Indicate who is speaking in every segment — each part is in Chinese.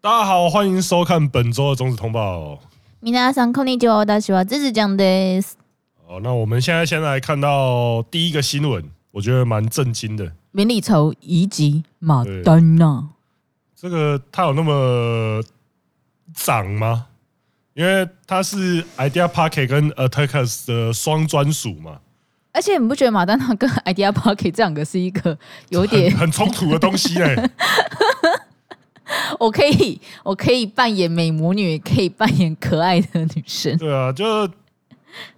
Speaker 1: 大家好，欢迎收看本周的中子通报。
Speaker 2: 皆さんこんにちは。私は自治ちゃんです。
Speaker 1: 哦，那我们现在先来看到第一个新闻，我觉得蛮震惊的。
Speaker 3: 免礼酬以及马丹娜，
Speaker 1: 这个它有那么涨吗？因为它是 Idea Park 跟 Attackers 的双专属嘛，
Speaker 3: 而且你不觉得马丹娜跟 Idea Park 这两个是一个有点
Speaker 1: 很冲突的东西嘞、
Speaker 3: 我可以我可以扮演美魔女，也可以扮演可爱的女生，
Speaker 1: 对啊，就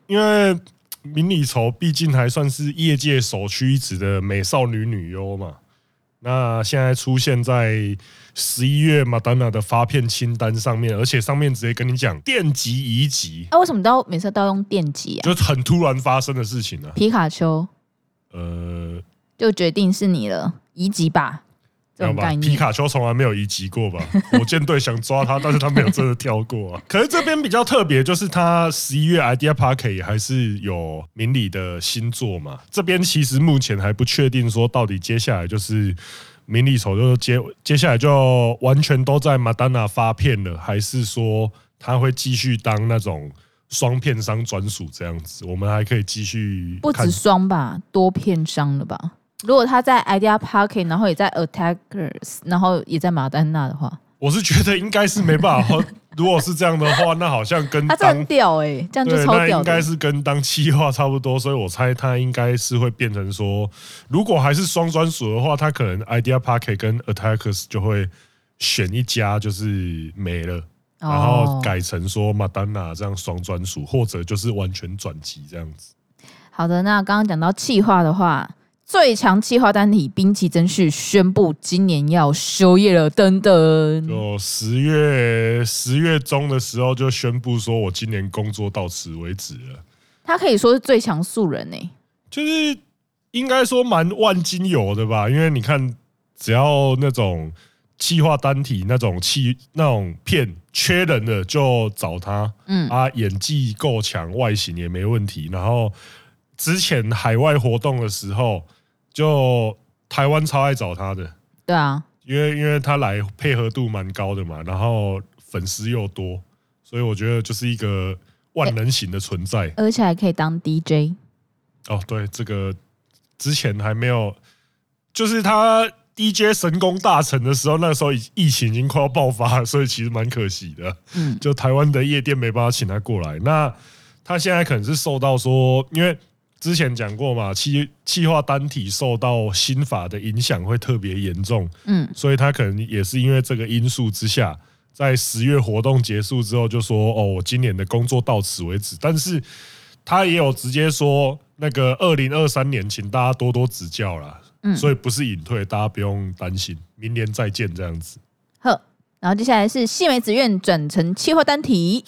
Speaker 1: 因为明理愁毕竟还算是业界首屈一指的美少女女优嘛。那现在出现在十一月马丹娜的发片清单上面，而且上面直接跟你讲电极移植，
Speaker 3: 啊，为什么都要每次都要用电击啊？
Speaker 1: 就是很突然发生的事情啊。
Speaker 3: 皮卡丘
Speaker 1: 呃，
Speaker 3: 就决定是你了，移籍吧，这
Speaker 1: 没有
Speaker 3: 种
Speaker 1: 吧
Speaker 3: 概？
Speaker 1: 皮
Speaker 3: 念。
Speaker 1: 卡丘从来没有移植过吧？ 火箭队想抓他，但是他没有真的跳过啊。 可是这边比较特别，就是他十一月 Idea Park 也还是有明理的新作嘛。这边其实目前还不确定说到底接下来就是明理手就接接下来就完全都在马丹娜发片了，还是说他会继续当那种双片商专属这样子？我们还可以继续
Speaker 3: 不
Speaker 1: 看
Speaker 3: 止双吧，多片商了吧？如果他在 Idea Park，然后也在 Attackers，然后也在马丹娜的话，
Speaker 1: 我是觉得应该是没办 法。如果是这样的话，那好像跟
Speaker 3: 他、这
Speaker 1: 当
Speaker 3: 很屌哎、这样就
Speaker 1: 对，
Speaker 3: 超
Speaker 1: 那
Speaker 3: 屌
Speaker 1: 应
Speaker 3: 的
Speaker 1: 该。是跟当企划差不多，所以我猜它应该是会变成说，如果还是双专属的话，它可能 Idea Park 跟 Attackers 就会选一家就是没了，然后
Speaker 3: 哦
Speaker 1: 改成说 Madonna 这样双专属，或者就是完全转机这样子。
Speaker 3: 好的，那刚刚讲到企划的话，最强企划单体滨崎真绪宣布今年要休业了，噔噔。
Speaker 1: 就十月十月中的时候就宣布说，我今年工作到此为止了。
Speaker 3: 他可以说是最强素人欸呢、
Speaker 1: 就是应该说蛮万金油的吧，因为你看，只要那种气化单体那种气那种片缺人的就找他，
Speaker 3: 嗯
Speaker 1: 啊，演技够强，外形也没问题。然后之前海外活动的时候，就台湾超爱找他的，
Speaker 3: 对啊，
Speaker 1: 因为因为他来配合度蛮高的嘛，然后粉丝又多，所以我觉得就是一个万能型的存在。
Speaker 3: 而且还可以当 DJ。
Speaker 1: 哦，对，这个之前还没有，就是他 DJ 神功大成的时候，那时候疫疫情已经快要爆发了，所以其实蛮可惜的。
Speaker 3: 嗯，
Speaker 1: 就台湾的夜店没办法请他过来，那他现在可能是受到说，因为之前讲过嘛，气气化单体受到新法的影响会特别严重，
Speaker 3: 嗯，
Speaker 1: 所以他可能也是因为这个因素之下，在十月活动结束之后就说，哦，我今年的工作到此为止，但是他也有直接说，那个二零二三年，请大家多多指教啦。
Speaker 3: 嗯
Speaker 1: 所以不是隐退，大家不用担心，明年再见这样子。
Speaker 3: 呵。然后接下来是细美子苑转成企划单体，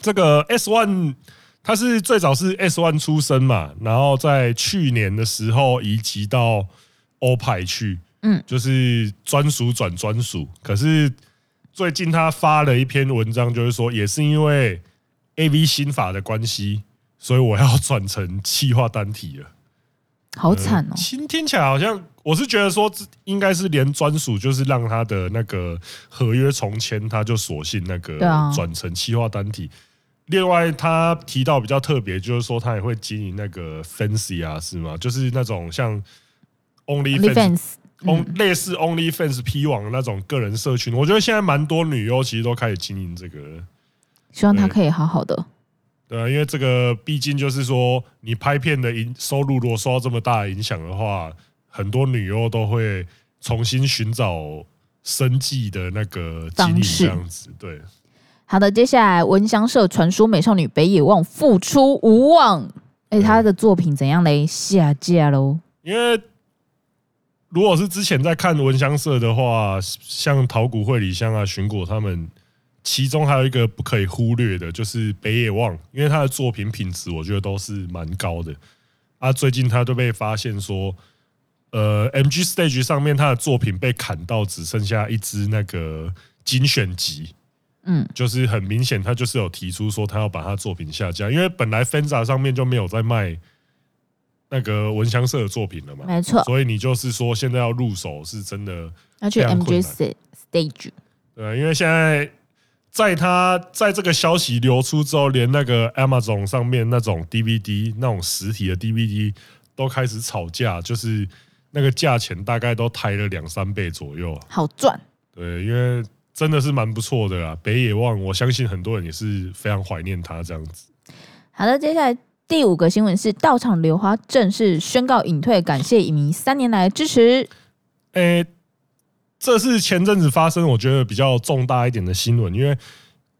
Speaker 1: 这个 S One，它是最早是 S One 出生嘛，然后在去年的时候移籍到欧派去，
Speaker 3: 嗯，
Speaker 1: 就是专属转专属。可是最近他发了一篇文章，就是说也是因为 A V 新法的关系，所以我要转成气化单体了。
Speaker 3: 好惨哦、
Speaker 1: 听听起来好像，我是觉得说这应该是连专属，就是让他的那个合约重签，他就索性那个
Speaker 3: 对啊
Speaker 1: 转成企划单体。另外，他提到比较特别，就是说他也会经营那个 Fancy 啊，是吗？就是那种像 Only
Speaker 3: l i f a n s
Speaker 1: On 类似 Only Fans P 网那种个人社群，我觉得现在蛮多女优其实都开始经营这个了。
Speaker 3: 希望他可以好好
Speaker 1: 嗯
Speaker 3: 的。
Speaker 1: 对啊，因为这个毕竟就是说，你拍片的影收入如果受到这么大的影响的话，很多女优都会重新寻找生计的那个经营
Speaker 3: 方式
Speaker 1: 这样子。对，
Speaker 3: 好的，接下来闻香社传说美少女北野望复出无望，
Speaker 1: 嗯
Speaker 3: 哎、她的作品怎样嘞？下架喽。
Speaker 1: 因为如果是之前在看闻香社的话，像桃谷惠里香啊、寻果他们，其中还有一个不可以忽略的，就是北野望，因为他的作品品质我觉得都是蛮高的。啊，最近他就被发现说，呃，MG Stage 上面他的作品被砍到只剩下一支那个精选集。
Speaker 3: 嗯，
Speaker 1: 就是很明显，他就是有提出说他要把他作品下架，因为本来 Fenza 上面就没有在卖那个闻香社的作品了嘛。
Speaker 3: 没错，
Speaker 1: 所以你就是说，现在要入手是真的
Speaker 3: 要去
Speaker 1: 非常困
Speaker 3: MJ
Speaker 1: 难
Speaker 3: sta- Stage。
Speaker 1: 对，因为现在在他在这个消息流出之后，连那个 Amazon 上面那种 DVD 那种实体的 DVD 都开始吵架，就是那个价钱大概都抬了两三倍左右。
Speaker 3: 好赚。
Speaker 1: 对，因为真的是蛮不错的啦。北野望，我相信很多人也是非常怀念他这样子。
Speaker 3: 好的，接下来第五个新闻是道场流花正式宣告隐退，感谢影迷三年来的支持。
Speaker 1: 诶、这是前阵子发生我觉得比较重大一点的新闻，因为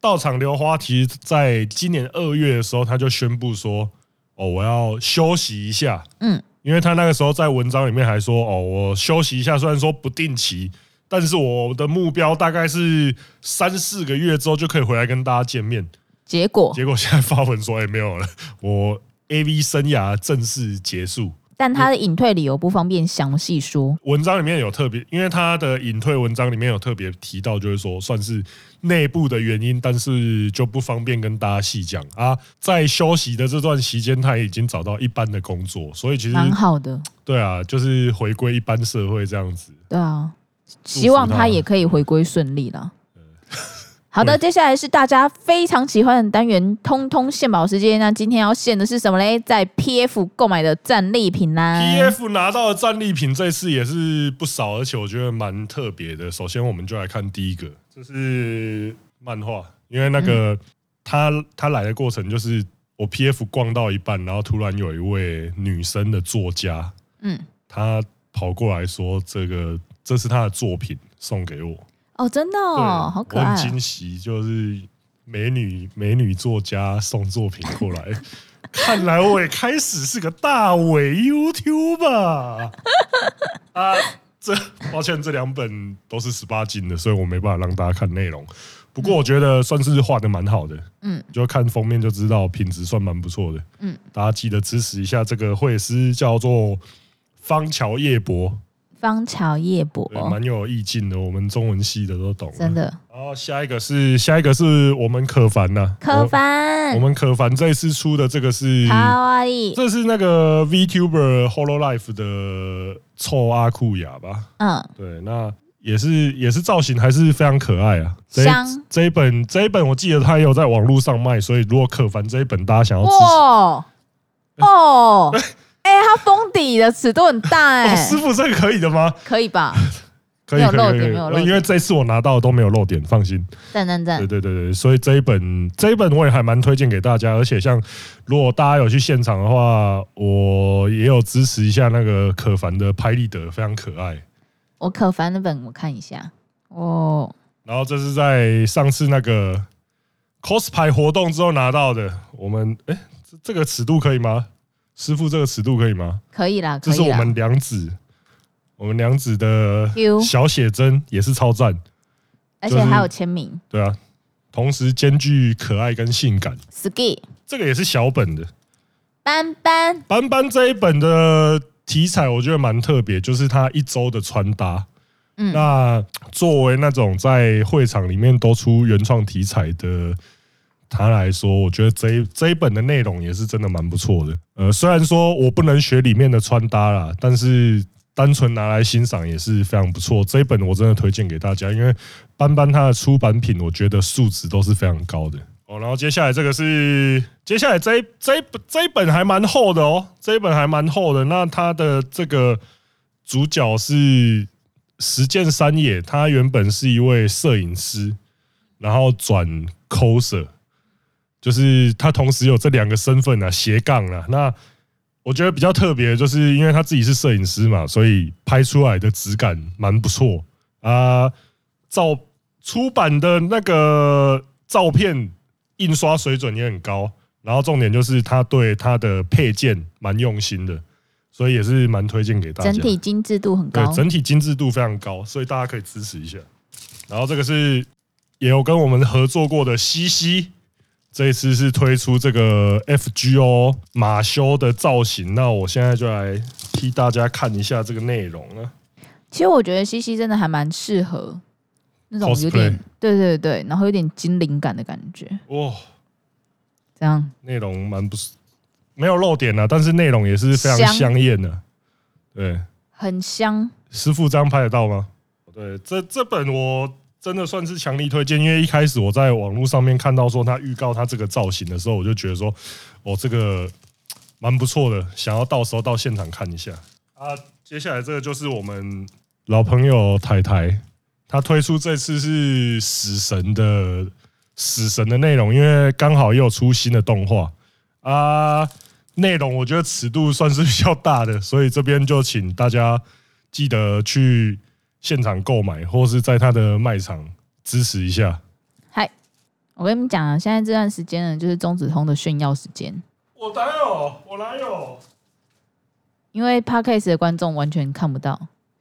Speaker 1: 道场流花其实在今年二月的时候，他就宣布说：“哦，我要休息一下。”
Speaker 3: 嗯，
Speaker 1: 因为他那个时候在文章里面还说：“哦，我休息一下，虽然说不定期。”但是我的目标大概是三四个月之后就可以回来跟大家见面。
Speaker 3: 结果，
Speaker 1: 结果现在发文说：“哎、没有了，我 A V 生涯正式结束。”
Speaker 3: 但他的隐退理由不方便详细说。
Speaker 1: 文章里面有特别，因为他的隐退文章里面有特别提到，就是说算是内部的原因，但是就不方便跟大家细讲啊。在休息的这段期间，他已经找到一般的工作，所以其实
Speaker 3: 蛮好的，
Speaker 1: 对啊，就是回归一般社会这样子。
Speaker 3: 对啊，希望他也可以回归顺利啦。
Speaker 1: 嗯
Speaker 3: 好的，接下来是大家非常喜欢的单元——通通献宝时间。那今天要献的是什么嘞？在 PF 购买的战利品啦。
Speaker 1: P F 拿到的战利品这次也是不少，而且我觉得蛮特别的。首先，我们就来看第一个，这是漫画，因为那个他他来的过程就是我 P F 逛到一半，然后突然有一位女生的作家，
Speaker 3: 嗯，
Speaker 1: 她跑过来说：“这个这是她的作品，送给我。
Speaker 3: 哦，真的
Speaker 1: 对
Speaker 3: 哦，好可
Speaker 1: 我很
Speaker 3: 爱啊、
Speaker 1: 惊喜，就是美女美女作家送作品过来， 看来我也开始是个大伪 YouTuber 啊。这抱歉，这两本都是十八禁的，所以我没办法让大家看内容。不过我觉得算是画的蛮好的，
Speaker 3: 嗯，
Speaker 1: 就看封面就知道品质算蛮不错的，
Speaker 3: 嗯，
Speaker 1: 大家记得支持一下这个绘师，叫做方乔叶博，
Speaker 3: 芳草夜
Speaker 1: 对
Speaker 3: 泊，
Speaker 1: 蛮有意境的，我们中文系的都懂了，
Speaker 3: 哦真的。
Speaker 1: 然后下一个是下一个是我们可凡呐、
Speaker 2: 可
Speaker 1: 我
Speaker 2: 凡
Speaker 1: 我，们可凡这一次出的这个是，
Speaker 2: 卡哇伊，
Speaker 1: 这是那个 VTuber Holo Life 的臭阿库雅吧？
Speaker 2: 嗯，
Speaker 1: 对，那也是也是造型还是非常可爱啊。这一
Speaker 2: 香
Speaker 1: 这一本这一本我记得他有在网络上卖，所以如果可凡这一本大家想要支持，
Speaker 3: 哇 哦，哎、它封底的尺度很大哎、
Speaker 1: 哦，师傅这个可以的吗？
Speaker 3: 可以吧？
Speaker 1: 可以，
Speaker 3: 没有
Speaker 1: 可以
Speaker 3: 漏
Speaker 1: 可以
Speaker 3: 点
Speaker 1: 可以
Speaker 3: 没有漏点
Speaker 1: 因为这次我拿到的都没有漏点，放心。
Speaker 2: 赞
Speaker 3: 嗯
Speaker 2: 赞赞
Speaker 1: 对，对对对，所以这一本这一本我也还蛮推荐给大家，而且像如果大家有去现场的话，我也有支持一下那个可凡的拍立得，非常可爱。
Speaker 3: 我可凡的本我看一下哦，
Speaker 1: 然后这是在上次那个 cosplay 活动之后拿到的，我们哎，这这个尺度可以吗？师傅，这个尺度可以吗？
Speaker 3: 可以啦，
Speaker 1: 这
Speaker 3: 可
Speaker 1: 是
Speaker 3: 以啊
Speaker 1: 我
Speaker 3: 啦。
Speaker 1: 们梁子，我们梁子的
Speaker 3: Q
Speaker 1: 小写真也是超赞，
Speaker 3: 而
Speaker 1: 就
Speaker 3: 且
Speaker 1: 是
Speaker 3: 还有签名
Speaker 1: 对啊，同时兼具可爱跟性感，
Speaker 3: ，ski
Speaker 1: 这个也是小本的。
Speaker 2: 斑斑，
Speaker 1: 斑斑这一本的题材，我觉得蛮特别，就是他一周的穿搭。
Speaker 3: 嗯
Speaker 1: 那作为那种在会场里面都出原创题材的他来说，我觉得这一这一本的内容也是真的蛮不错的。呃，虽然说我不能学里面的穿搭啦，但是单纯拿来欣赏也是非常不错。这一本我真的推荐给大家，因为斑斑它的出版品，我觉得素质都是非常高的。哦，然后接下来这个是接下来这一这一这一本还蛮厚的哦，这一本还蛮厚的。那它的这个主角是石见山野，他原本是一位摄影师，然后转 coser，就是他同时有这两个身份啊，斜杠啊。那我觉得比较特别，就是因为他自己是摄影师嘛，所以拍出来的质感蛮不错啊。照出版的那个照片印刷水准也很高，然后重点就是他对他的配件蛮用心的，所以也是蛮推荐给大家。
Speaker 3: 整体精致度很高
Speaker 1: 对，，整体精致度非常高，所以大家可以支持一下。然后这个是也有跟我们合作过的西西，这一次是推出这个 FGO 马修的造型。那我现在就来替大家看一下这个内容了。
Speaker 3: 其实我觉得西西真的还蛮适合那种有
Speaker 1: Cosplay
Speaker 3: 点对对对，然后有点精灵感的感觉，
Speaker 1: 哇，
Speaker 3: 这样
Speaker 1: 哦内容蛮不没有漏点啊，但是内容也是非常
Speaker 3: 香
Speaker 1: 香艳的、对，
Speaker 3: 很香。
Speaker 1: 哦师傅这样拍得到吗？对，这这本我真的算是强力推荐，因为一开始我在网络上面看到说他预告他这个造型的时候，我就觉得说，哦，这个蛮不错的，想要到时候到现场看一下。啊，接下来这个就是我们老朋友台台，他推出这次是死神的死神的内容，因为刚好也有出新的动画啊，内容我觉得尺度算是比较大的，所以这边就请大家记得去现场购买，或是在他的卖场支持一下。
Speaker 3: 嗨，我跟你们讲啊，现在这段时间呢，就是中子通的炫耀时间，
Speaker 1: 我哪有？我哦哪有？
Speaker 3: 因为 podcast 的观众完全看不到。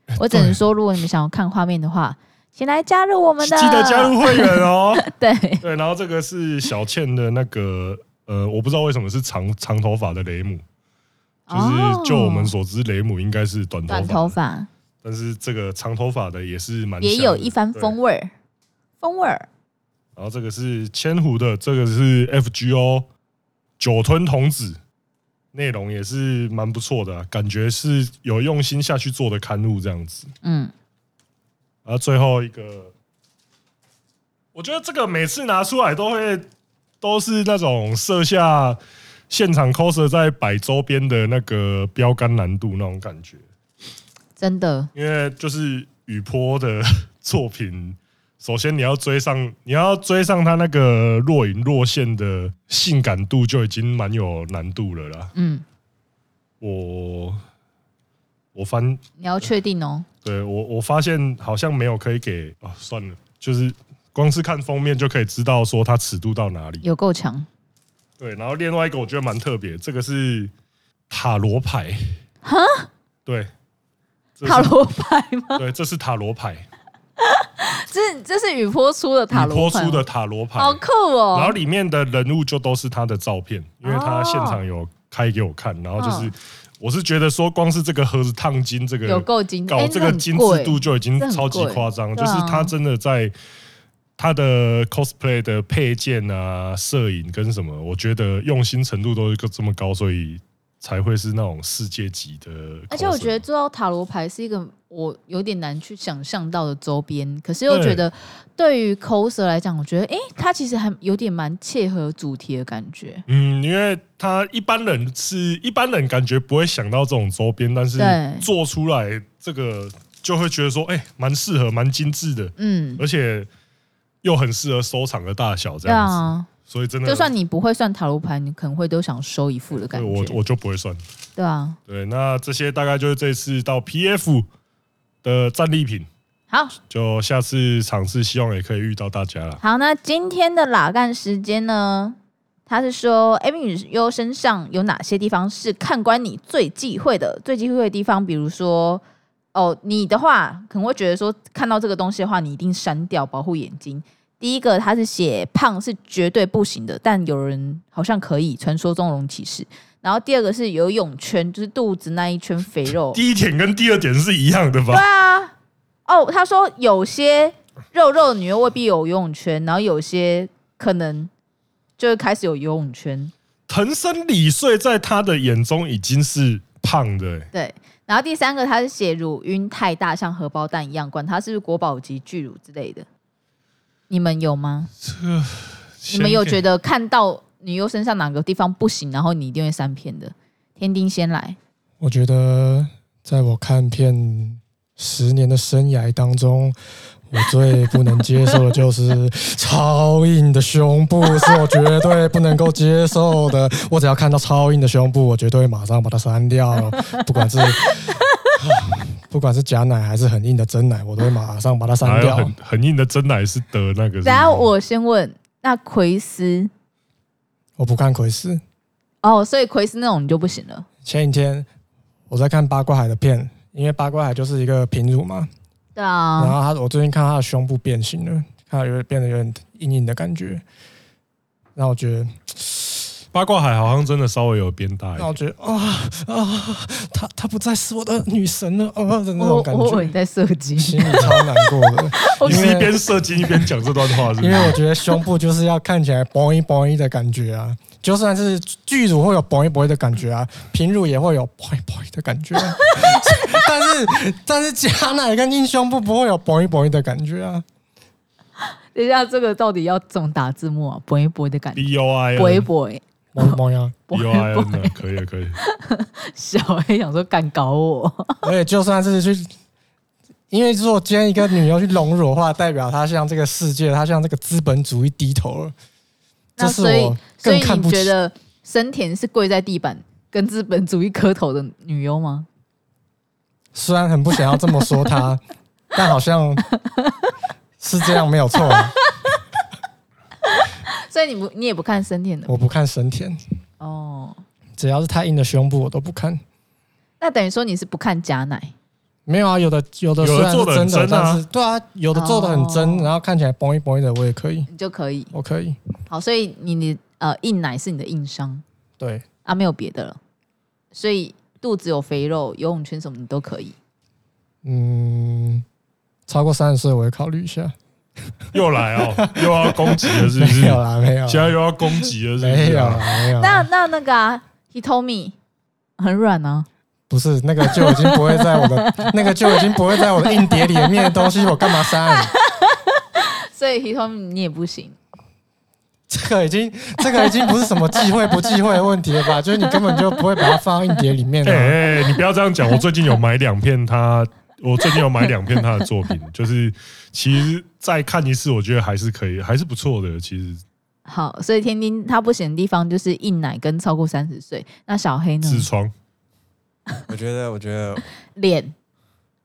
Speaker 1: 哎
Speaker 3: 我只能说，如果你们想要看画面的话，请来加入我们的，
Speaker 1: 记得加入会员 哦。
Speaker 3: 对，
Speaker 1: 对，然后这个是小倩的那个呃，我不知道为什么是长长头发的雷姆，就是就我们所知，雷姆应该是短头
Speaker 3: 哦短
Speaker 1: 发，
Speaker 3: 头发
Speaker 1: 但是这个长头发的也是蛮
Speaker 3: 也
Speaker 1: 像
Speaker 3: 有
Speaker 1: 的
Speaker 3: 一番
Speaker 1: 对
Speaker 3: 风味儿，风味儿。
Speaker 1: 然后这个是千湖的，这个是 FGO 酒吞童子，内容也是蛮不错的啊、感觉是有用心下去做的刊物这样子。
Speaker 3: 嗯，
Speaker 1: 然后最后一个，我觉得这个每次拿出来都会都是那种设下现场 coser 在摆周边的那个标杆难度那种感觉，
Speaker 3: 真的，
Speaker 1: 因为就是雨坡的作品。首先，你要追上，你要追上他那个若隐若现的性感度，就已经蛮有难度了啦。
Speaker 3: 嗯，
Speaker 1: 我我翻
Speaker 3: 你要确定哦。
Speaker 1: 对我，我发现好像没有可以给啊，算了，就是光是看封面就可以知道说它尺度到哪里。
Speaker 3: 有够强
Speaker 1: 对，然后另外一个我觉得蛮特别，这个是塔罗牌，哈，对，这是
Speaker 3: 塔罗牌吗？
Speaker 1: 对，这是塔罗牌，
Speaker 3: 这这是雨坡出的塔
Speaker 1: 雨
Speaker 3: 罗
Speaker 1: 坡
Speaker 3: 牌
Speaker 1: 出
Speaker 3: 吗，
Speaker 1: 的塔罗牌，
Speaker 3: 好酷
Speaker 1: 然后
Speaker 3: 哦！
Speaker 1: 里面的人物就都是他的照片，因为他现场有开给我看，然后就是
Speaker 3: 嗯
Speaker 1: 我是觉得说，光是这个盒子烫金这个
Speaker 3: 有够精，
Speaker 1: 搞
Speaker 3: 哎
Speaker 1: 这
Speaker 3: 那
Speaker 1: 个
Speaker 3: 很
Speaker 1: 精致度
Speaker 3: 贵
Speaker 1: 就已经
Speaker 3: 这很
Speaker 1: 超级
Speaker 3: 贵
Speaker 1: 夸张，就
Speaker 3: 对
Speaker 1: 是
Speaker 3: 啊
Speaker 1: 他真的在他的 cosplay 的配件啊、摄影跟什么，我觉得用心程度都是这么高，所以才会是那种世界级的 coser。
Speaker 3: 而且我觉得做到塔罗牌是一个我有点难去想象到的周边，可是又觉得对于 coser 来讲，我觉得诶，它其实还有点蛮切合主题的感觉。
Speaker 1: 嗯，因为他一般人是一般人感觉不会想到这种周边，但是
Speaker 3: 对
Speaker 1: 做出来这个就会觉得说，哎、蛮适合、蛮精致的，
Speaker 3: 嗯，
Speaker 1: 而且又很适合收藏的大小这
Speaker 3: 对
Speaker 1: 样子。
Speaker 3: 啊，
Speaker 1: 所以真的，
Speaker 3: 就算你不会算塔罗牌，你可能会都想收一副的
Speaker 1: 对
Speaker 3: 感
Speaker 1: 我
Speaker 3: 觉。
Speaker 1: 我就不会算。
Speaker 3: 对啊，
Speaker 1: 对，那这些大概就是这次到 PF 的战利品，
Speaker 3: 好
Speaker 1: 就下次尝试，希望也可以遇到大家啦。
Speaker 3: 好，那今天的拉干时间呢？他是说 Amy 与优身上有哪些地方是看官你最忌讳的？最忌讳的地方，比如说。哦，你的话可能会觉得说，看到这个东西的话，你一定删掉，保护眼睛。第一个，他是写胖是绝对不行的，但有人好像可以，传说中龙骑士。然后第二个是游泳圈，就是肚子那一圈肥肉。
Speaker 1: 第一点跟第二点是一样的
Speaker 3: 对
Speaker 1: 吧？
Speaker 3: 啊，哦，他说有些肉肉的女优未必有游泳圈，然后有些可能就会开始有游泳圈。
Speaker 1: 藤森李穗在他的眼中已经是胖的、欸，
Speaker 3: 对，然后第三个他是写乳晕太大，像荷包蛋一样，管它是不是国宝级巨乳之类的。你们有吗？你们有觉
Speaker 1: 得
Speaker 3: 得看到女优身上哪个地方不行，然后你一定会删片的？天丁先来，
Speaker 4: 我觉得，在我看片十年的生涯当中，我最不能接受的就是超硬的胸部，是我绝对不能够接受的。我只要看到超硬的胸部，我绝对马上把它删掉，不管是。 不管是假奶还是很硬的真奶，我都会马上把它删
Speaker 1: 还有
Speaker 4: 掉。
Speaker 1: 哎很很硬的真奶是得那个是不是？
Speaker 3: 等下我先问，那奎斯
Speaker 4: 我不看奎斯。
Speaker 3: 哦，所以奎斯那种你就不行了，
Speaker 4: 前几天我在看八卦海的片，因为八卦海就是一个平乳嘛，
Speaker 3: 对啊，
Speaker 4: 然后他，我最近看他的胸部变形了，看他有点变得有点硬硬的感觉。让我觉得，
Speaker 1: 八卦海好像真的稍微有变大一
Speaker 3: 哦
Speaker 4: 让我
Speaker 1: 点。
Speaker 4: 觉得啊啊，她她不再是我的女神了啊的那
Speaker 3: 我
Speaker 4: 种感
Speaker 3: 我以为
Speaker 4: 觉
Speaker 3: 你，在射精，
Speaker 4: 心里超难过 的。
Speaker 1: 你是
Speaker 4: 因为
Speaker 1: 一边射精一边讲这段话，是不
Speaker 4: 因
Speaker 1: 是
Speaker 4: 为？我觉得胸部就是要看起来嘣一嘣一的感觉啊，就算是巨乳会有嘣一嘣一的感觉啊，平乳也会有嘣一嘣一的感觉、啊， 但是但是假奶跟硬胸部不会有嘣一嘣一的感觉啊。
Speaker 3: 等一下，这个到底要怎么打字幕啊？博一博的感觉，
Speaker 1: B O I
Speaker 3: 博一博
Speaker 4: 猫猫呀！
Speaker 1: B O I N 的，可以了可以了。
Speaker 3: 小 A 想说敢搞我，
Speaker 4: 而且就算是去，因为如果今天一个女优去荣辱的话，代表她向这个世界，她向这个资本主义低头了。
Speaker 3: 那
Speaker 4: 这是
Speaker 3: 所以
Speaker 4: 我
Speaker 3: 所
Speaker 4: 更
Speaker 3: 以
Speaker 4: 看
Speaker 3: 你
Speaker 4: 不
Speaker 3: 觉
Speaker 4: 起。
Speaker 3: 得森田是跪在地板跟资本主义磕头的女优吗？
Speaker 4: 虽然很不想要这么 说她，但好像是这样没有错啊。
Speaker 3: 所以你不你也不看森田的
Speaker 4: 我不看神田，
Speaker 3: 哦？
Speaker 4: 只要是太硬的胸部我都不看。
Speaker 3: 那等于说你是不看假奶？
Speaker 4: 没有啊，有的有的
Speaker 1: 有
Speaker 4: 虽
Speaker 1: 的
Speaker 4: 然是
Speaker 1: 做得很
Speaker 4: 真的，
Speaker 1: 真啊
Speaker 4: 但是对啊，有的做的很真，
Speaker 3: 哦
Speaker 4: 然后看起来嘣一嘣的，我也可以，
Speaker 3: 你就可以
Speaker 4: 我可以。
Speaker 3: 好，所以你你呃硬奶是你的硬伤
Speaker 4: 对，
Speaker 3: 啊，没有别的了，所以肚子有肥肉、游泳圈什么你都可以。
Speaker 4: 嗯，超过三十岁我会考虑一下。
Speaker 1: 又来哦，又要攻击了是不是？
Speaker 4: 没有
Speaker 1: 现
Speaker 4: 啦，没有啦，
Speaker 1: 在又要攻击了是不
Speaker 4: 没
Speaker 1: 是
Speaker 4: 有
Speaker 1: 啊？
Speaker 4: 啦，没有啦。
Speaker 3: 那那那个啊，Hitomi 很软啊，
Speaker 4: 不是那个就已经不会在我的那个就已经不会在我的硬碟里面的东西，我干嘛删？
Speaker 3: 所以 Hitomi 你也不行。
Speaker 4: 这个已经这个已经不是什么忌讳不忌讳的问题了吧？就是你根本就不会把它放到硬碟里面
Speaker 1: 哎、 哎
Speaker 4: 啊。
Speaker 1: 哎你不要这样讲。我最近有买两片他，我最近有买两片他的作品， 就是其实再看一次，我觉得还是可以，还是不错的。其实
Speaker 3: 好，所以天丁他不行的地方就是硬奶跟超过三十岁。那小黑呢？
Speaker 1: 痔疮
Speaker 5: 我觉得，我觉得
Speaker 3: 脸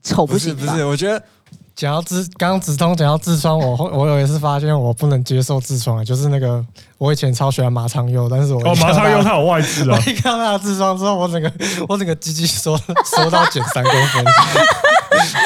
Speaker 3: 丑
Speaker 5: 不是
Speaker 3: 行
Speaker 5: 不
Speaker 3: 吧
Speaker 5: 是，我觉得
Speaker 4: 讲到痔，刚刚子通讲到痔疮，我后我有一次发现我不能接受痔疮，就是那个我以前超喜欢马长佑，但是我
Speaker 1: 哦，马上 又
Speaker 4: 佑
Speaker 1: 他有外痔
Speaker 4: 我
Speaker 1: 啊，
Speaker 4: 一看到他的痔疮之后，我整个我整个鸡鸡缩缩到减三公 分，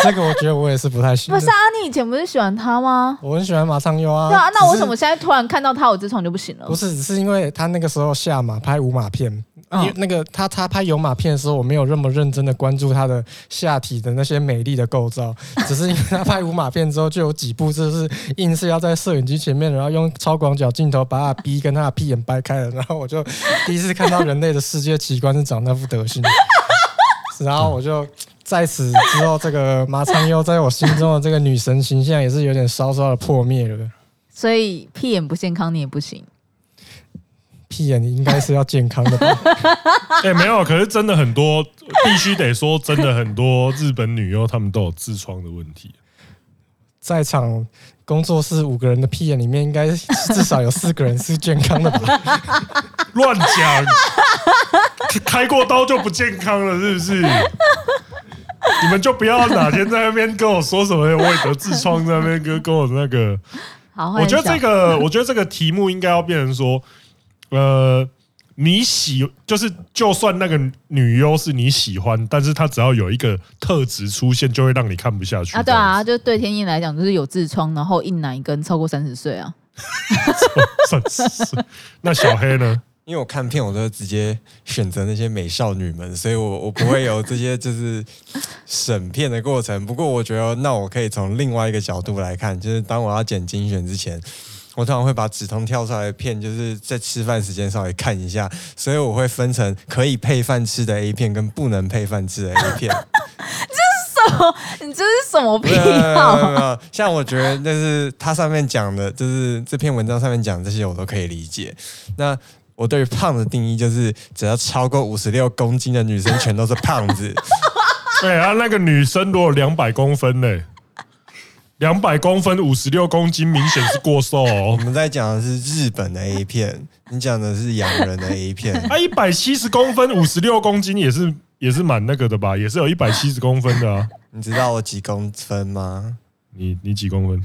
Speaker 4: 这个我觉得我也是不太行
Speaker 3: 不
Speaker 4: 的。
Speaker 3: 是啊，你以前不是喜欢他吗？
Speaker 4: 我很喜欢马上优啊。
Speaker 3: 对啊，那
Speaker 4: 只
Speaker 3: 我为
Speaker 4: 是
Speaker 3: 什么现在突然看到他有痔疮就不行了
Speaker 4: 不？是？只是因为他那个时候下马拍五马片，因为那个他他拍有马片的时候，我没有那么认真的关注他的下体的那些美丽的构造，只是因为他拍五马片之后，就有几部就是硬是要在摄影机前面，然后用超广角镜头把他的逼跟他的屁眼掰开了，然后我就第一次看到人类的世界奇观是长那副德行，然后我就。在此之后，这个马昌优在我心中的这个女神形象也是有点稍稍的破灭了。
Speaker 3: 所以屁眼不健康你也不行。
Speaker 4: 屁眼应该是要健康的吧？
Speaker 1: 哎、没有，可是真的很多，必须得说，真的很多日本女优她们都有痔疮的问题。
Speaker 4: 在场工作室五个人的屁眼里面，应该至少有四个人是健康的吧？
Speaker 1: 乱讲，开过刀就不健康了，是不是？你们就不要哪天在那边跟我说什么，我也得痔疮，在那边跟跟我那个。
Speaker 3: 好，
Speaker 1: 我觉得这
Speaker 3: 个
Speaker 1: 个，我觉得这个题目应该要变成说，呃，你喜就是，就算那个女优是你喜欢，但是她只要有一个特质出现，就会让你看不下去。
Speaker 3: 啊，
Speaker 1: 这
Speaker 3: 对
Speaker 1: 样
Speaker 3: 啊，就对天丁来讲就是有痔疮，然后硬奶跟超过三十岁啊。
Speaker 1: 子，算是那小黑呢？
Speaker 5: 因为我看片，我都直接选择那些美少女们，所以我我不会有这些就是审片的过程。不过我觉得，那我可以从另外一个角度来看，就是当我要剪精选之前，我通常会把止痛跳出来的片，就是在吃饭时间稍微看一下，所以我会分成可以配饭吃的 A 片跟不能配饭吃的 A 片。
Speaker 3: 你这是什么
Speaker 5: 没
Speaker 3: 癖
Speaker 5: 有没有没有
Speaker 3: 好
Speaker 5: 没有没有，像我觉得就是它上面讲的，就是这篇文章上面讲的这些我都可以理解。那我对于胖的定义就是，只要超过五十六公斤的女生全都是胖 子。
Speaker 1: 对啊，那个女生如果两百公分嘞、两百公分五十六公斤，明显是过瘦
Speaker 5: 我
Speaker 1: 哦。
Speaker 5: 们在讲的是日本的 A 片，你讲的是洋人的 A 片。
Speaker 1: 啊她一百七十公分，五十六公斤也是也是蛮那个的吧，也是有一百七十公分的啊。
Speaker 5: 你知道我几公分吗？
Speaker 1: 你你几公分？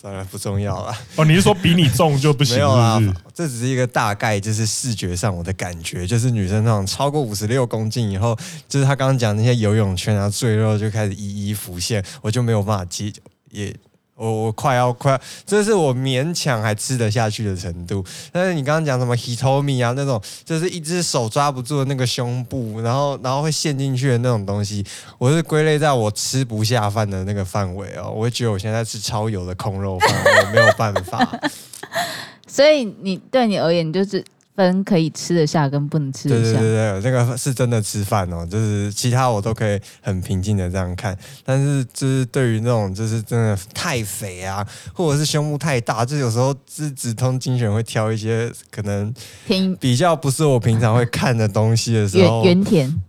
Speaker 5: 算了，不重要了。
Speaker 1: 哦，你是说比你重就不行
Speaker 5: 没有啊啦
Speaker 1: 是不是？，
Speaker 5: 这只是一个大概，就是视觉上我的感觉，就是女生那种超过五十六公斤以后，就是她刚刚讲那些游泳圈啊、赘肉就开始一一浮现，我就没有办法接，也我我快要快要，这是我勉强还吃得下去的程度。但是你刚刚讲什么 hitomi 啊那种，就是一只手抓不住的那个胸部，然后然后会陷进去的那种东西，我是归类在我吃不下饭的那个范围哦。我会觉得我现在吃超油的空肉饭，我没有办法。
Speaker 3: 所以你对你而言，你就是分可以吃得下跟不能吃
Speaker 5: 对
Speaker 3: 得
Speaker 5: 对
Speaker 3: 下
Speaker 5: 对。对，这个是真的吃饭哦，就是其他我都可以很平静的这样看，但是就是对于那种就是真的太肥啊，或者是胸部太大，就有时候是直通精选会挑一些可能
Speaker 3: 甜
Speaker 5: 比较不是我平常会看的东西的时
Speaker 3: 原
Speaker 5: 候，
Speaker 3: 原甜，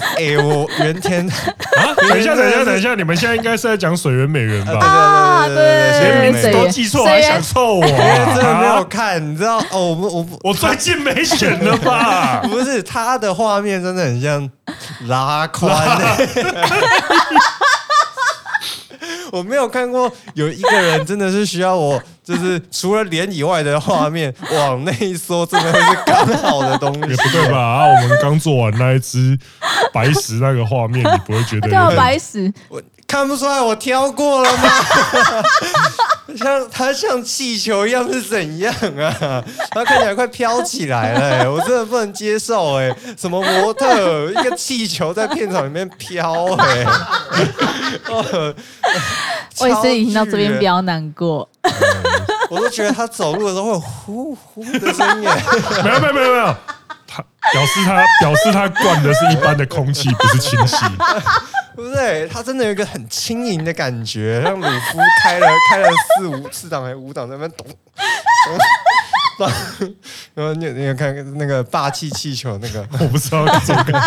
Speaker 5: 哎、我原天，
Speaker 1: 啊！等一下，等一下，等一下，你们现在应该是在讲水源美元吧？
Speaker 5: 啊
Speaker 1: 连
Speaker 5: 对对对对对对
Speaker 1: 名
Speaker 5: 对
Speaker 1: 字
Speaker 5: 对，
Speaker 1: 都记错，
Speaker 3: 水
Speaker 1: 还
Speaker 3: 源
Speaker 1: 想凑我、
Speaker 5: 因为真的没有
Speaker 1: 啊？
Speaker 5: 看，你知道哦，我们我 不
Speaker 1: 我最近没选了吧？
Speaker 5: 不是他的画面真的很像拉宽、欸 我没有看过有一个人真的是需要我，就是除了脸以外的画面往内缩，真的会是刚好的东
Speaker 1: 也
Speaker 5: 西。
Speaker 1: 不对吧？啊，我们刚做完那一只白石那个画面，你不会觉
Speaker 3: 它
Speaker 1: 得
Speaker 3: 叫
Speaker 1: 有点
Speaker 3: 啊白屎，
Speaker 5: 我看不出来我挑过了吗？ 像它像气球一样是怎样啊？它看起来快飘起来了、欸，我真的不能接受哎、什么模特一个气球在片场里面飘哎、 哦
Speaker 3: 卫生已经到这
Speaker 5: 超巨
Speaker 3: 边
Speaker 5: 人
Speaker 3: 比较难过。
Speaker 5: 我都觉得他走路的时候会有呼呼的声音欸。
Speaker 1: 没有没有没有没有，他表示他表示他灌的是一般的空气，不是清晰。
Speaker 5: 对不对？他真的有一个很轻盈的感觉，让鲁夫开了开了四五四档还是哎五档在那边咚咚咚，然后你你有看那个霸气气球那个，
Speaker 1: 我不知道这个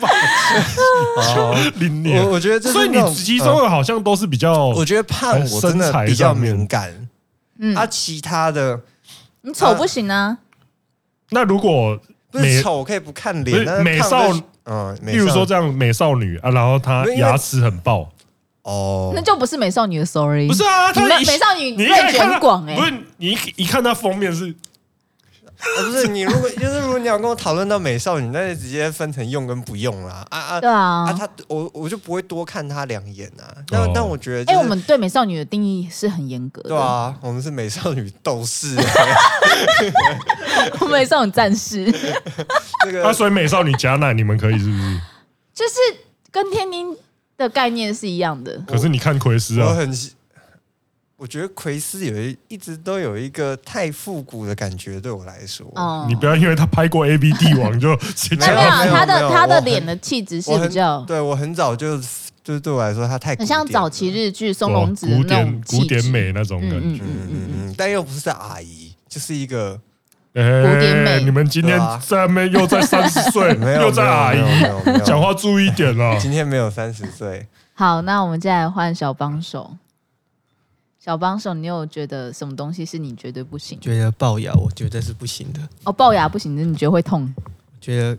Speaker 5: 哦、
Speaker 1: 零年
Speaker 5: 我，我觉得这
Speaker 1: 所
Speaker 5: 是
Speaker 1: 以
Speaker 5: 那种
Speaker 1: 你集中
Speaker 5: 呃
Speaker 1: 的好像都是比较
Speaker 5: 我觉得胖我真的比较敏感，
Speaker 3: 嗯，
Speaker 5: 啊，其他的
Speaker 3: 你丑不行啊，
Speaker 1: 那如果
Speaker 5: 不
Speaker 1: 美
Speaker 5: 是，丑我可以不看
Speaker 1: 不
Speaker 5: 脸，
Speaker 1: 是
Speaker 5: 但是
Speaker 1: 美
Speaker 5: 胖
Speaker 1: 少
Speaker 5: 就是嗯，美
Speaker 1: 例如
Speaker 5: 少
Speaker 1: 说这样美少女啊，然后她
Speaker 5: 不是因为
Speaker 1: 牙齿很爆，
Speaker 5: 哦，
Speaker 3: 那就不是美少女的 sorry。
Speaker 1: 不是啊，她
Speaker 3: 你们
Speaker 1: 一
Speaker 3: 美少女
Speaker 1: 你一看
Speaker 3: 内卷
Speaker 1: 她
Speaker 3: 广欸
Speaker 1: 不是你一一看她封面是
Speaker 5: 哦不是你如果就是如果你要跟我讨论到美少女，那就直接分成用跟不用啦，啊啊
Speaker 3: 对啊
Speaker 5: 啊，，他我我就不会多看他两眼啊。但、
Speaker 1: 哦
Speaker 5: 但我觉得、就
Speaker 3: 哎，
Speaker 5: 是，
Speaker 3: 我们对美少女的定义是很严格的，
Speaker 5: 对啊，我们是美少女斗士、啊
Speaker 3: 我们也是那种战士，
Speaker 5: 这
Speaker 1: 啊，
Speaker 5: 个
Speaker 1: 所以美少女假奶你们可以是不是？
Speaker 3: 就是跟天宁的概念是一样的。
Speaker 1: 可是你看奎斯
Speaker 5: 我
Speaker 1: 啊，
Speaker 5: 很喜，我觉得奎斯有一一直都有一个太复古的感觉，对我来说，
Speaker 3: 哦
Speaker 1: 你不要因为她拍过 A B 帝王就直接哦
Speaker 5: 没有
Speaker 3: 没有
Speaker 5: 没有
Speaker 3: 他
Speaker 5: 没
Speaker 3: 的
Speaker 5: 有
Speaker 3: 他
Speaker 5: 我
Speaker 3: 的
Speaker 5: 很
Speaker 3: 脸的气质是
Speaker 5: 我
Speaker 3: 比
Speaker 5: 很
Speaker 3: 较
Speaker 5: 对我很早就就是对我来说，他太古
Speaker 3: 很像
Speaker 5: 典
Speaker 3: 早
Speaker 5: 了
Speaker 3: 期日剧松
Speaker 1: 哇
Speaker 3: 隆子的
Speaker 1: 古
Speaker 3: 那种
Speaker 1: 典
Speaker 3: 气质
Speaker 1: 古典，美那种
Speaker 3: 嗯
Speaker 1: 感觉。
Speaker 3: 嗯嗯
Speaker 5: 嗯嗯
Speaker 3: 嗯嗯，
Speaker 5: 嗯，但又不是阿姨，就是一个
Speaker 1: 哎，
Speaker 3: 典美
Speaker 1: 你们今天
Speaker 5: 对啊
Speaker 1: 在那边又在三十岁，
Speaker 5: 没有
Speaker 1: 又在阿姨
Speaker 5: 没有没有没有没有
Speaker 1: 讲话注意点哦 了。
Speaker 5: 今天没有三十岁，
Speaker 3: 好，那我们再来换小帮手。小帮手，你有觉得什么东西是你绝对不行？
Speaker 6: 觉得龅牙，我觉得是不行的。
Speaker 3: 哦，龅牙不行，你觉得会痛？
Speaker 6: 我觉得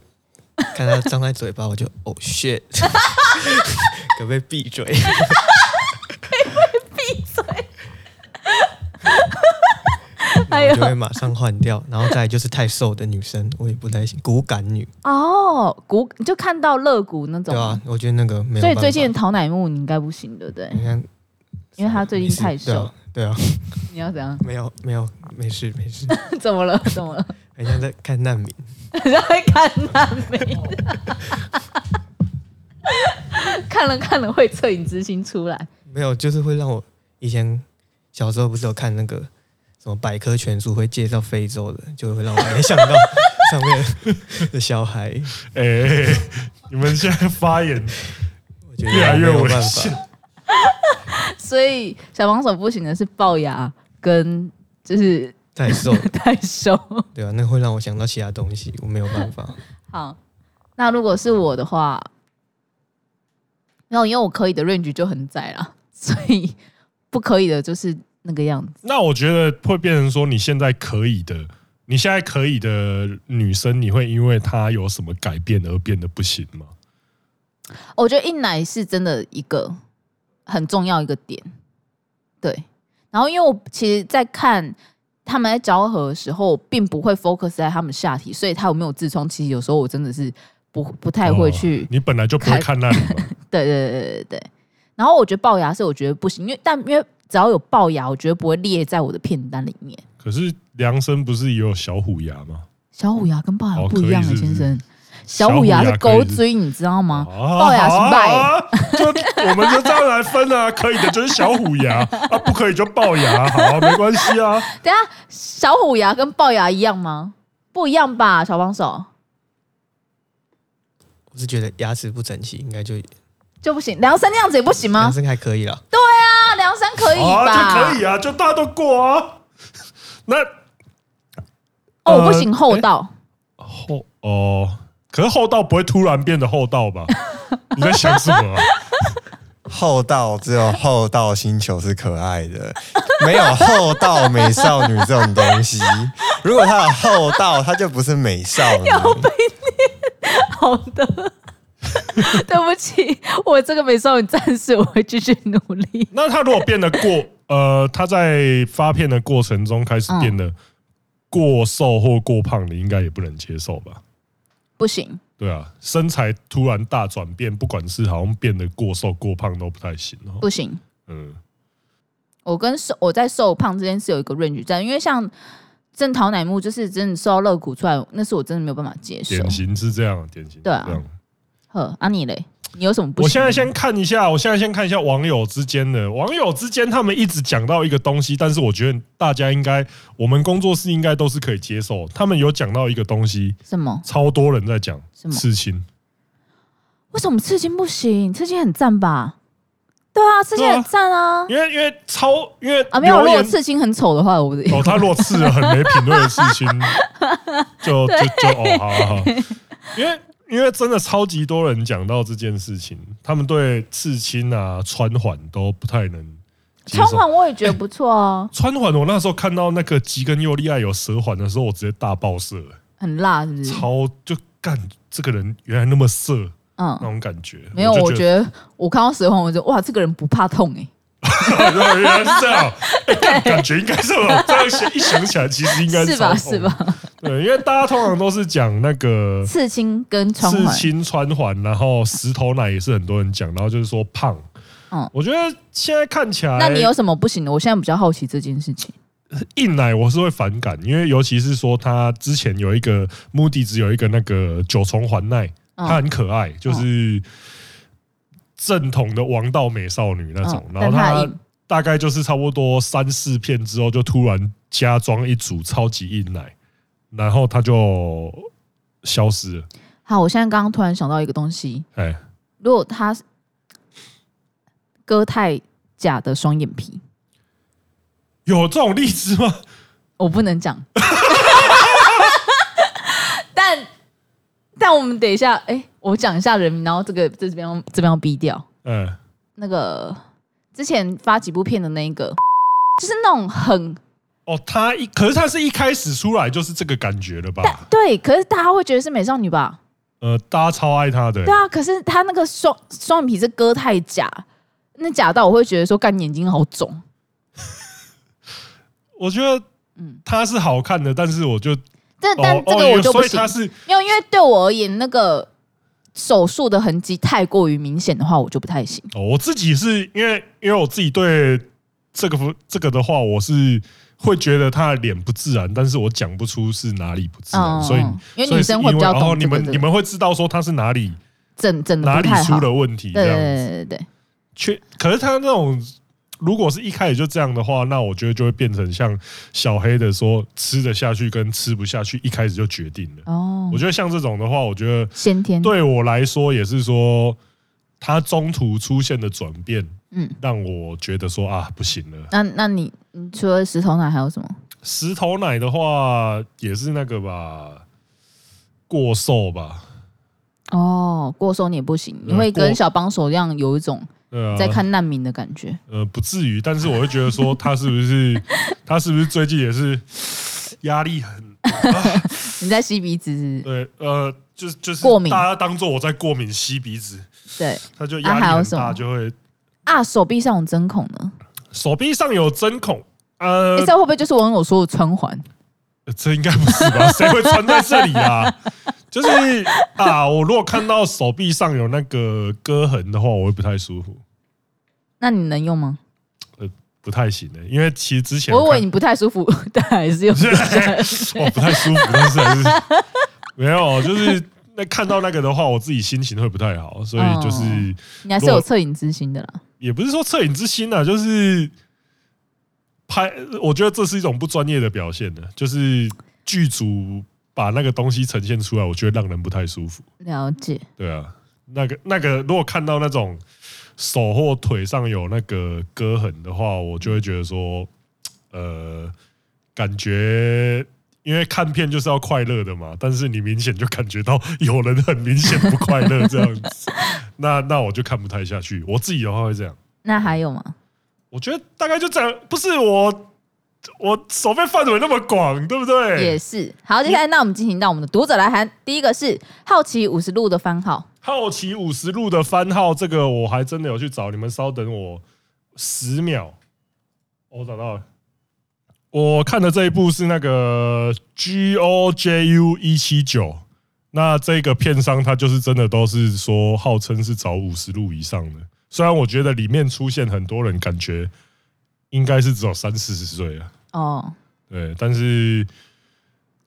Speaker 6: 看他张开嘴巴，我就 哦 shit，可不可以闭嘴？
Speaker 3: 哎
Speaker 6: 我就
Speaker 3: 呦，
Speaker 6: 会马上换掉。然后再来就是太瘦的 女生，我也不太行，骨感女，
Speaker 3: 哦，骨你就看到肋骨那
Speaker 6: 对
Speaker 3: 种。
Speaker 6: 吧、啊？我觉得那个没有办法。
Speaker 3: 所以最近的桃乃木你应该不行，对不对？
Speaker 6: 你看，
Speaker 3: 因为他最近太
Speaker 6: 对
Speaker 3: 瘦
Speaker 6: 啊，，对啊，
Speaker 3: 你要怎样？
Speaker 6: 没有没有，没事没事，
Speaker 3: 怎么了？怎么了？
Speaker 6: 很像在看难民。
Speaker 3: 然后会看难民， 看了看了会恻隐之心出来。
Speaker 6: 没有，就是会让我以前小时候不是有看那个什么百科全书会介绍非洲的，就会让我哎联想到上面的小孩，
Speaker 1: 哎，你们现在发言
Speaker 6: 我觉得
Speaker 1: 越来越
Speaker 6: 没有
Speaker 1: 危
Speaker 6: 办
Speaker 1: 险
Speaker 6: 法。
Speaker 3: 所以小帮手不行的是龅牙跟就是
Speaker 6: 太瘦了，
Speaker 3: 太瘦。
Speaker 6: 对吧、那会让我想到其他东西，我没有办法。
Speaker 3: 好，那如果是我的话，然后因为我可以的 range 就很窄啦， 所以不可以的就是那个样子。
Speaker 1: 那我觉得会变成说，你现在可以的，你现在可以的女生，你会因为她有什么改变而变得不行吗？
Speaker 3: 我觉得一奶是真的一个很重要一个点，对。然后因为我其实，在看他们在交合的时候，我并不会 focus 在他们下体，所以他有没有痔疮，其实有时候我真的是不不太会去
Speaker 1: 哦你本来就不会看那里嘛。
Speaker 3: 对对对对对。然后我觉得龅牙是我觉得不行，因为但因为只要有龅牙，我觉得不会列在我的片单里面。
Speaker 1: 可是梁生不是也有小虎牙吗？
Speaker 3: 小虎牙跟龅牙不一样啊，
Speaker 1: 哦可以是不是
Speaker 3: 先生。小虎牙是
Speaker 1: 可以
Speaker 3: 狗嘴，你知道吗？
Speaker 1: 啊
Speaker 3: 龅牙是
Speaker 1: 好啊
Speaker 3: 败
Speaker 1: 好啊就我们就这样来分啊，可以的就是小虎牙啊，不可以就龅牙，好、啊，没关系啊。
Speaker 3: 等一下小虎牙跟龅牙一样吗？不一样吧，小帮手
Speaker 6: 我是觉得牙齿不整齐，应该就
Speaker 3: 就不行。梁山那样子也不行吗
Speaker 6: 男？生还可以啦。
Speaker 3: 啊，梁山可以吧？
Speaker 1: 啊，就可以啊，就大家都过啊。那
Speaker 3: 哦，我不
Speaker 1: 呃
Speaker 3: 行，厚道。
Speaker 1: 厚哦，可是厚道不会突然变得厚道 吧？你在想什么啊、
Speaker 5: 厚道只有厚道星球是可爱的，没有厚道美少女这种东西。如果她有厚道，她就不是美少女。
Speaker 3: 好的， 对不起，我这个美少女战士，我会继续努力。
Speaker 1: 那他如果变得过，呃，他在发片的过程中开始变得过瘦或过胖，你应该也不能接受吧？
Speaker 3: 不行，
Speaker 1: 对啊，身材突然大转变，不管是好像变得过瘦过胖都不太行哦。
Speaker 3: 不行，
Speaker 1: 嗯，
Speaker 3: 我跟瘦我在瘦胖之间是有一个 range 在，因为像正桃乃木就是真的瘦到肋骨出来，那是我真的没有办法接受
Speaker 1: 典。型是这样，典型是这
Speaker 3: 对啊
Speaker 1: 样。
Speaker 3: 呵，啊你嘞，你有什么不行？
Speaker 1: 我现在先看一下，我现在先看一下网友之间的网友之间，他们一直讲到一个东西，但是我觉得大家应该，我们工作室应该都是可以接受。他们有讲到一个东西，
Speaker 3: 什么？
Speaker 1: 超多人在讲
Speaker 3: 什么
Speaker 1: 刺青，
Speaker 3: 为什么刺青不行？刺青很赞吧？对啊，刺青很赞啊。
Speaker 1: 因为因为超因为
Speaker 3: 啊，没有，
Speaker 1: 留
Speaker 3: 如果
Speaker 1: 言
Speaker 3: 刺青很丑的话，我
Speaker 1: 哦，他若刺了很没品味的事情， 就就就哦，好好好，因为因为真的超级多人讲到这件事情，他们对刺青啊、穿环都不太能接
Speaker 3: 穿
Speaker 1: 受。
Speaker 3: 环我也觉得不错 哦，
Speaker 1: 穿环，我那时候看到那个吉根佑利爱有蛇环的时候，我直接大爆射、
Speaker 3: 很辣是不是？
Speaker 1: 超就干这个人原来那么色那
Speaker 3: 嗯，
Speaker 1: 种感觉。
Speaker 3: 没有，
Speaker 1: 就
Speaker 3: 我
Speaker 1: 觉
Speaker 3: 觉得我看到蛇环，我就哇，这个人不怕痛哎、
Speaker 1: 得 原来是这样，哎干感觉应该是我这样想一想起来，其实应该
Speaker 3: 是吧？
Speaker 1: 超痛
Speaker 3: 是？ 吧？
Speaker 1: 对，因为大家通常都是讲那个
Speaker 3: 刺青跟穿
Speaker 1: 刺
Speaker 3: 环，
Speaker 1: 青穿环，然后石头奶也是很多人讲，然后就是说胖。
Speaker 3: 嗯
Speaker 1: 我觉得现在看起来，
Speaker 3: 那你有什么不行的？我现在比较好奇这件事情。
Speaker 1: 硬奶我是会反感，因为尤其是说他之前有一个目的只有一个那个九重环奈，她
Speaker 3: 嗯，
Speaker 1: 很可爱，就是正统的王道美少女那种。
Speaker 3: 嗯
Speaker 1: 然后
Speaker 3: 但她很
Speaker 1: 她
Speaker 3: 硬
Speaker 1: 大概就是差不多三四片之后，就突然加装一组超级硬奶，然后她就消失了。
Speaker 3: 好，我现在刚刚突然想到一个东西，
Speaker 1: 哎，
Speaker 3: 如果他是割太假的双眼皮，
Speaker 1: 有这种例子吗？
Speaker 3: 我不能讲。 但但我们等一下，哎、我讲一下人名，然后这个这边要这边要逼掉
Speaker 1: 哎，
Speaker 3: 那个之前发几部片的那一个，就是那种很
Speaker 1: 哦，她一可是她是一开始出来就是这个感觉了吧？
Speaker 3: 对，可是大家会觉得是美少女吧？
Speaker 1: 呃，大家超爱她的、
Speaker 3: 对啊，可是他那个双双眼皮是割太假，那假到我会觉得说，干眼睛好肿。
Speaker 1: 我觉得，
Speaker 3: 嗯
Speaker 1: 她是好看的，但是我就
Speaker 3: 但但
Speaker 1: 哦
Speaker 3: 这
Speaker 1: 哦
Speaker 3: 个我就不
Speaker 1: 所以
Speaker 3: 行
Speaker 1: 她，是
Speaker 3: 没有，因为对我而言，那个手术的痕迹太过于明显的话，我就不太行。
Speaker 1: 哦，我自己是因为因为我自己对这个服这个的话，我是会觉得她的脸不自然，但是我讲不出是哪里不自然，
Speaker 3: 嗯，
Speaker 1: 所以。
Speaker 3: 嗯因为
Speaker 1: 所以
Speaker 3: 女
Speaker 1: 是
Speaker 3: 生会比较
Speaker 1: 因为哦，
Speaker 3: 懂
Speaker 1: 你
Speaker 3: 这个
Speaker 1: 们
Speaker 3: 这
Speaker 1: 你
Speaker 3: 个
Speaker 1: 们会知道说她是哪里
Speaker 3: 整整的
Speaker 1: 哪
Speaker 3: 嗯不
Speaker 1: 里
Speaker 3: 太好
Speaker 1: 出。了问题，
Speaker 3: 对
Speaker 1: 这
Speaker 3: 对
Speaker 1: 样子。
Speaker 3: 对对对，
Speaker 1: 确，可是他那种如果是一开始就这样的话，那我觉得就会变成像小黑的说，吃得下去跟吃不下去一开始就决定了。
Speaker 3: 哦
Speaker 1: 我，觉得像这种的话，我觉得
Speaker 3: 先天
Speaker 1: 对我来说也是说，他中途出现的转变，
Speaker 3: 嗯，
Speaker 1: 让我觉得说啊不行了。
Speaker 3: 那那你你除了石头奶还有什么？
Speaker 1: 石头奶的话也是那个吧，过瘦吧，
Speaker 3: 哦，过瘦你也不行，你
Speaker 1: 嗯
Speaker 3: 会跟
Speaker 1: 过
Speaker 3: 小帮手一样有一种
Speaker 1: 对啊，
Speaker 3: 在看难民的感觉。
Speaker 1: 呃，不至于，但是我会觉得说，他是不是他是不是最近也是压力很
Speaker 3: 你在吸鼻子是不是
Speaker 1: 对，呃，就是就是
Speaker 3: 过敏
Speaker 1: 大家当做我在过敏吸鼻子，
Speaker 3: 对。
Speaker 1: 他就
Speaker 3: 啊
Speaker 1: 压力
Speaker 3: 还有
Speaker 1: 很
Speaker 3: 什
Speaker 1: 大，
Speaker 3: 么
Speaker 1: 就会
Speaker 3: 啊，手臂上有针孔呢，
Speaker 1: 手臂上有针孔，呃
Speaker 3: 诶，这会不会就是网友说的穿环？
Speaker 1: 呃这应该不是吧？谁会穿在这里啊？ 就是啊，我如果看到手臂上有那个割痕的话，我会不太舒服，
Speaker 3: 那你能用吗？
Speaker 1: 不太行的、因为其实之前哦
Speaker 3: 我以为
Speaker 1: 看
Speaker 3: 你不太舒服，
Speaker 1: 。
Speaker 3: 但还是用
Speaker 1: 我不太舒服，但是还是没有，就是那看到那个的话，我自己心情会不太好，所以就是、
Speaker 3: 哦你还是有恻隐之心的啦。
Speaker 1: 也不是说恻隐之心啊，就是拍，我觉得这是一种不专业的表现呢、就是剧组把那个东西呈现出来，我觉得让人不太舒服。
Speaker 3: 了解，
Speaker 1: 对啊，那个那个，如果看到那种手或腿上有那个割痕的话，我就会觉得说，呃，感觉因为看片就是要快乐的嘛，但是你明显就感觉到有人很明显不快乐这样子，那那我就看不太下去。我自己的话会这样，
Speaker 3: 那还有吗？
Speaker 1: 我觉得大概就这样，不是我。我手背范围那么广，对不对？
Speaker 3: 也是。好，接下来那我们进行到我们的读者来函，第一个是好奇五十路的番号，
Speaker 1: 好奇五十路的番号，这个我还真的有去找，你们稍等我十秒。哦我找到了，我看的这一部是那个 G O J U 一七九，那这个片商他就是真的都是说号称是找五十路以上的，虽然我觉得里面出现很多人，感觉应该是只有三四十岁了，
Speaker 3: 哦，
Speaker 1: 对，但是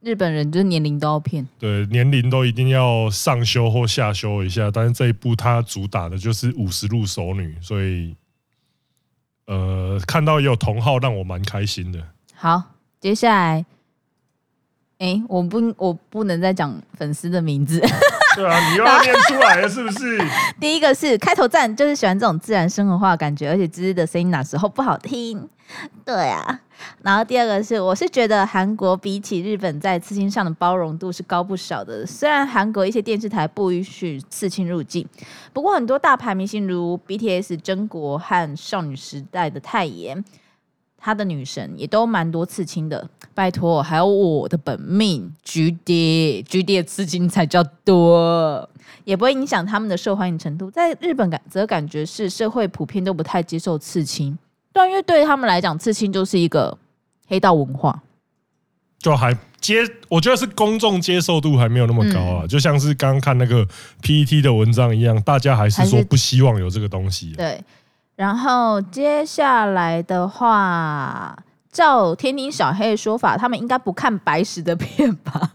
Speaker 3: 日本人就是年龄都要骗，
Speaker 1: 对，年龄都一定要上修或下修一下，但是这一部它主打的就是五十路熟女，所以呃，看到也有同号让我蛮开心的。
Speaker 3: 好，接下来，哎、我不，我不能再讲粉丝的名字。
Speaker 1: 对啊，你又要念出来了是不是？
Speaker 3: 第一个是开头赞，就是喜欢这种自然生活化的感觉，而且芝芝的声音哪时候不好听？ 对啊。然后第二个是，我是觉得韩国比起日本在刺青上的包容度是高不少的。虽然韩国一些电视台不允许刺青入境，不过很多大牌明星如 BTS、真国和少女时代的泰妍，她的女神也都蛮多刺青的。拜托，还有我的本命菊蝶，菊蝶刺青才叫多。也不会影响他们的受欢迎程度。在日本感则感觉是社会普遍都不太接受刺青，对啊，因为对他们来讲，刺青就是一个黑道文化。
Speaker 1: 就还接，我觉得是公众接受度还没有那么高
Speaker 3: 嗯
Speaker 1: 啊，就像是刚刚看那个 PET 的文章一样，大家还是
Speaker 3: 还
Speaker 1: 说
Speaker 3: 是
Speaker 1: 不希望有这个东西、啊。
Speaker 3: 对，然后接下来的话，照天庭小黑的说法，他们应该不看白石的片 吧？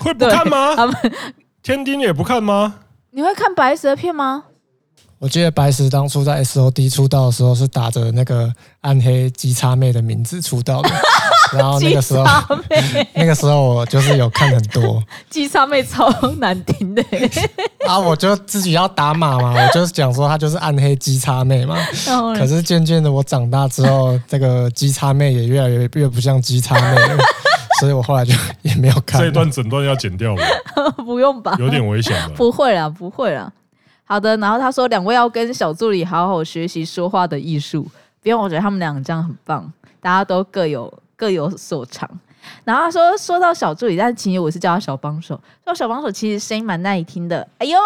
Speaker 1: 会不看
Speaker 3: 他
Speaker 1: 吗
Speaker 3: 们？
Speaker 1: 天丁也不看吗？
Speaker 3: 你会看白石的片吗？
Speaker 4: 我记得白石当初在 SOD 出道的时候是打着那个暗黑鸡叉妹的名字出道的，然哦后那个时候
Speaker 3: 叉妹，
Speaker 4: 那个时候我就是有看很多
Speaker 3: 鸡叉妹超难听 的、
Speaker 4: 啊，我就自己要打码嘛，我就是讲说她就是暗黑鸡叉妹嘛。
Speaker 6: 嗯
Speaker 3: 哦然后呢
Speaker 4: 可是渐渐的我长大之后，这个鸡叉妹也越来越越不像鸡叉妹了，所以我后来就也没有看
Speaker 1: 这一
Speaker 4: 了。
Speaker 1: 段整段要剪掉了，
Speaker 3: 不用吧？
Speaker 1: 有点危险了。
Speaker 3: 不会啦，不会啦。好的，然后他说两位要跟小助理好好学习说话的艺术，不用，我觉得他们两个这样很棒，大家都各有各有所长。然后他说说到小助理，但其实我是叫他小帮手，说小帮手其实声音蛮耐听的，哎呦。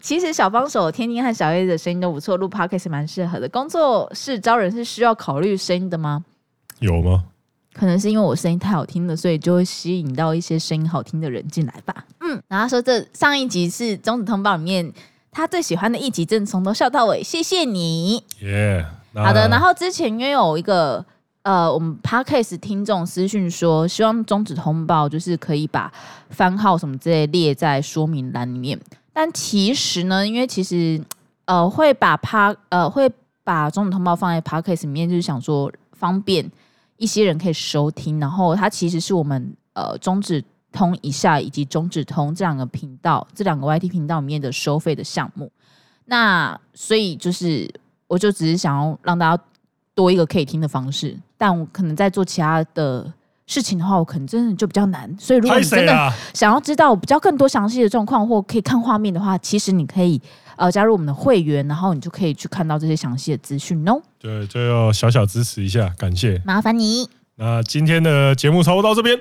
Speaker 3: 其实小帮手天天和小 A 的声音都不错，录 podcast 蛮适合的。工作室招人是需要考虑声音的吗？
Speaker 1: 有吗？
Speaker 3: 可能是因为我声音太好听了，所以就会吸引到一些声音好听的人进来吧。嗯，然后他说这上一集是《中子通报》里面他最喜欢的一集，真的从头笑到尾，谢谢你。
Speaker 1: 耶、那
Speaker 3: 好的，然后之前因为有一个呃，我们 podcast 听众私讯说，希望终止通报，就是可以把番号什么之类列在说明栏里面。但其实呢，因为其实呃会把 pa 呃会把终止通报放在 podcast 里面，就是想说方便一些人可以收听。然后它其实是我们呃终止通以下以及终止通这两个频道，这两个 YT 频道里面的收费的项目。那所以就是我就只是想要让大家多一个可以听的方式，但我可能在做其他的事情的话，我可能真的就比较难。所以如果
Speaker 1: 拍
Speaker 3: 你真
Speaker 1: 谁
Speaker 3: 的
Speaker 1: 啊？
Speaker 3: 想要知道比较更多详细的状况或可以看画面的话，其实你可以呃加入我们的会员，然后你就可以去看到这些详细的资讯哦。
Speaker 1: 对，就要小小支持一下，感谢。
Speaker 3: 麻烦你
Speaker 1: 那今天的节目差不多到这边，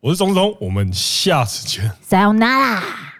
Speaker 1: 我是钟总，我们下次见。
Speaker 3: ，Sayonara。